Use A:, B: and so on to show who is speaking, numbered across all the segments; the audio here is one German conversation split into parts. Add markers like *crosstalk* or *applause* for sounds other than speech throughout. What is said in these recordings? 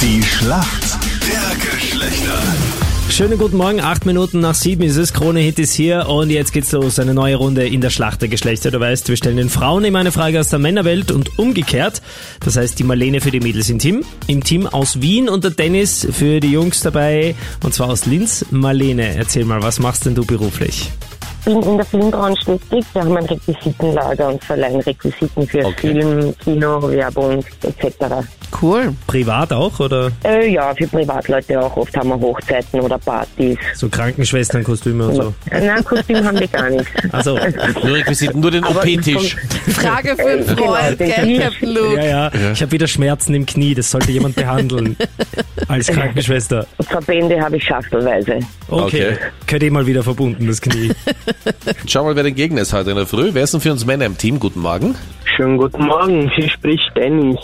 A: Die Schlacht der Geschlechter.
B: Schönen guten Morgen, acht Minuten nach sieben ist es, Krone Hit ist hier und jetzt geht's los, eine neue Runde in der Schlacht der Geschlechter. Du weißt, wir stellen den Frauen immer eine Frage aus der Männerwelt und umgekehrt. Das heißt, die Marlene für die Mädels im Team, im Team aus Wien und der Dennis für die Jungs dabei und zwar aus Linz. Marlene, erzähl mal, was machst denn du beruflich?
C: bin in der Filmbranche tätig. Wir haben ein Requisitenlager und verleihen Requisiten für
D: Okay.
C: Film, Kino, Werbung etc.
E: Cool.
B: Privat auch oder
C: Äh, ja, für Privatleute auch. Oft haben wir Hochzeiten oder Partys.
B: so Krankenschwesternkostüme und so?
C: Nein, Kostüm haben wir gar
D: *laughs*
C: nichts.
B: Also,
D: Nur Requisiten, nur den OP-Tisch.
E: Frage für den Freund, gell, Captain Luke?
B: ja, ja, ich habe wieder Schmerzen im Knie, das sollte jemand behandeln als Krankenschwester.
C: Verbände habe ich schachtelweise.
B: Okay,
D: Okay.
B: könnt ihr mal wieder verbunden, das Knie.
D: Schau mal, wer dein Gegner ist heute in der Früh. Wer ist denn für uns Männer im Team? Guten Morgen.
F: Schönen guten Morgen, hier spricht Dennis.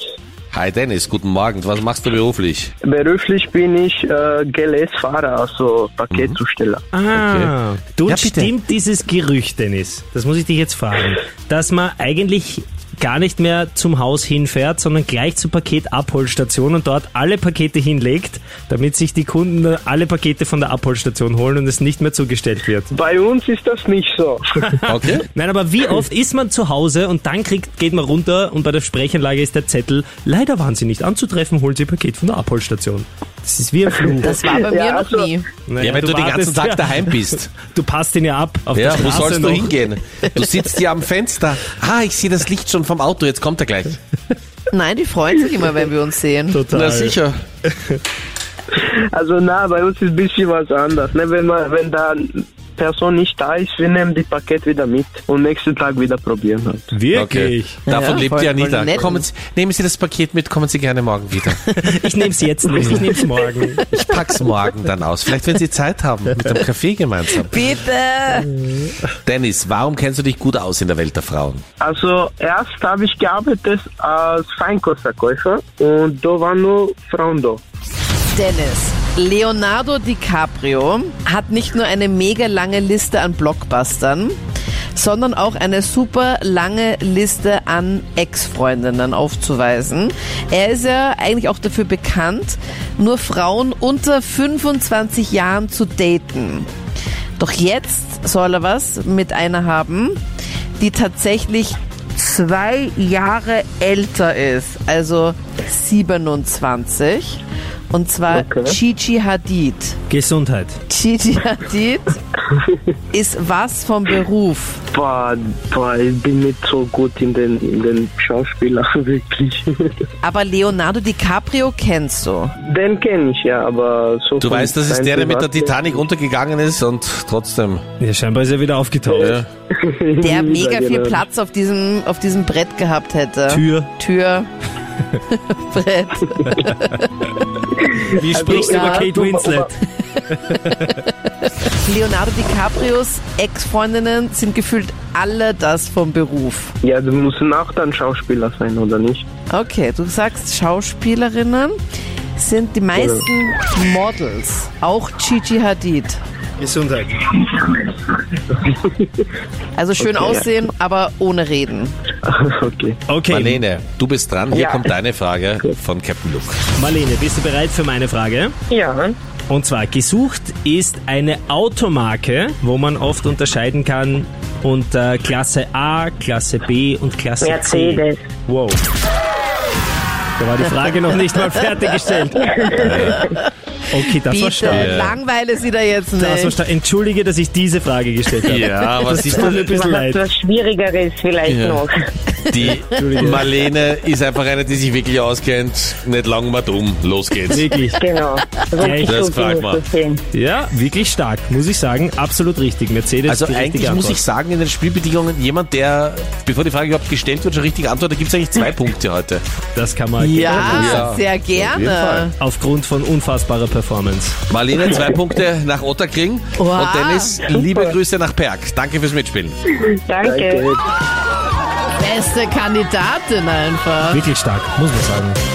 D: Hi Dennis, guten Morgen. Was machst du beruflich?
F: Beruflich bin ich äh, GLS-Fahrer, also Paketzusteller.
B: Ah, du
D: Ja, bitte.
B: stimmt dieses Gerücht, Dennis, das muss ich dich jetzt fragen, dass man eigentlich gar nicht mehr zum Haus hinfährt, sondern gleich zur Paketabholstation und dort alle Pakete hinlegt, damit sich die Kunden alle Pakete von der Abholstation holen und es nicht mehr zugestellt wird.
F: Bei uns ist das nicht so.
D: Okay.
B: Nein, aber wie oft ist man zu Hause und dann kriegt, geht man runter und bei der Sprechanlage ist der Zettel, leider waren Sie nicht anzutreffen, holen Sie Ihr Paket von der Abholstation. Das ist wie ein Fluch.
E: Das war bei mir
F: *laughs* Ja,
E: noch
F: also-
E: nie.
B: Naja,
D: *laughs* Ja, wenn du den ganzen
B: wartest
D: Tag
B: *laughs* ja.
D: daheim bist.
B: Du passt ihn ja ab auf der
D: *laughs* Ja, wo
B: Straße
D: sollst du
B: noch.
D: hingehen? Du sitzt hier am Fenster. Ah, ich sehe das Licht schon vom Auto. Jetzt kommt er gleich.
E: Nein, die freuen sich immer, wenn wir uns sehen.
B: Total.
D: Na sicher.
F: *laughs* Also na, bei uns ist ein bisschen was anders. Ne? Wenn, man, wenn da Person nicht da ist, wir nehmen die Paket wieder mit und nächsten Tag wieder probieren. Halt.
B: Wirklich?
D: Davon
E: Ja,
D: lebt
E: voll-
D: ja
E: voll
D: Anita.
E: nett.
D: Kommen Sie, nehmen Sie das Paket mit, kommen Sie gerne morgen wieder.
B: Ich nehme es jetzt nicht, ich nehme es morgen.
D: Ich pack's morgen dann aus. Vielleicht, wenn Sie Zeit haben, mit einem Kaffee gemeinsam.
E: Bitte!
D: Dennis, warum kennst du dich gut aus in der Welt der Frauen?
F: Also erst habe ich gearbeitet als Feinkostverkäufer und da waren nur Frauen da.
E: Dennis. Leonardo DiCaprio hat nicht nur eine mega lange Liste an Blockbustern, sondern auch eine super lange Liste an Ex-Freundinnen aufzuweisen. Er ist ja eigentlich auch dafür bekannt, nur Frauen unter 25 Jahren zu daten. Doch jetzt soll er was mit einer haben, die tatsächlich zwei Jahre älter ist, also 27. Und zwar
F: Okay.
E: Gigi Hadid.
B: Gesundheit.
E: Gigi Hadid ist was vom Beruf?
F: Boah, boah, ich bin nicht so gut in den, in den Schauspieler, *laughs* wirklich.
E: Aber Leonardo DiCaprio kennst du.
F: Den kenne ich ja, aber so.
D: Du
F: von
D: weißt, das ist
F: seinem
D: der, der mit der
F: Privatleben-
D: Titanic untergegangen ist und trotzdem.
B: Ja, scheinbar ist er wieder aufgetaucht.
D: Ja.
E: Der
F: Ja,
E: mega viel
F: genau.
E: Platz auf diesem, auf diesem Brett gehabt hätte.
B: Tür.
E: Tür. *laughs* Brett.
B: Wie sprichst Also, du
E: ja.
B: über Kate Winslet?
E: Leonardo DiCaprios Ex-Freundinnen sind gefühlt alle das vom Beruf.
F: Ja, du musst auch dann Schauspieler sein, oder nicht? *laughs*
E: Okay, du sagst Schauspielerinnen sind die meisten Models. Auch Gigi Hadid.
B: Gesundheit.
E: Also schön aussehen, aber ohne reden.
F: okay.
B: Okay, Marlene.
D: Marlene, du bist dran. Hier
F: Ja.
D: kommt
B: *laughs*
D: deine Frage von Captain Luke.
B: bist du bereit für meine Frage?
C: Ja,
B: Und zwar, gesucht ist eine Automarke, wo man oft unterscheiden kann unter Klasse A, Klasse B und Klasse
C: Mercedes.
B: C. Wow. Da war die Frage noch nicht mal *laughs* fertiggestellt. Okay, das war
E: Bitte,
B: stark.
E: langweile sie da jetzt nicht.
B: Das war stark. Entschuldige, dass ich diese Frage gestellt habe.
D: Ja, was ist
B: Tut mir ein bisschen leid.
C: was Schwierigeres vielleicht
D: Ja.
C: noch.
D: Die Marlene ist einfach eine, die sich wirklich auskennt. Nicht lang mal dumm. Los geht's.
B: Wirklich.
C: Genau. Richtig
D: das
C: so
D: fragt
C: bin
D: man.
C: ich zu sehen.
B: Ja, wirklich stark, muss ich sagen. Absolut richtig. Mercedes
D: Also
B: die richtige
D: eigentlich muss ich
B: Antwort.
D: sagen, in den Spielbedingungen, jemand, der, bevor die Frage überhaupt gestellt wird, schon richtig antwortet, da gibt's eigentlich zwei Punkte heute.
B: Das kann man
E: ja,
D: Ja,
E: sehr
D: auf jeden Fall.
E: gerne.
B: aufgrund von unfassbarer Performance.
D: Marlene, zwei Punkte nach Otterkring.
E: Wow.
D: Und Dennis, liebe Grüße nach Perg. Danke fürs Mitspielen.
C: Danke.
E: Beste Kandidatin einfach.
B: Wirklich stark, muss man sagen.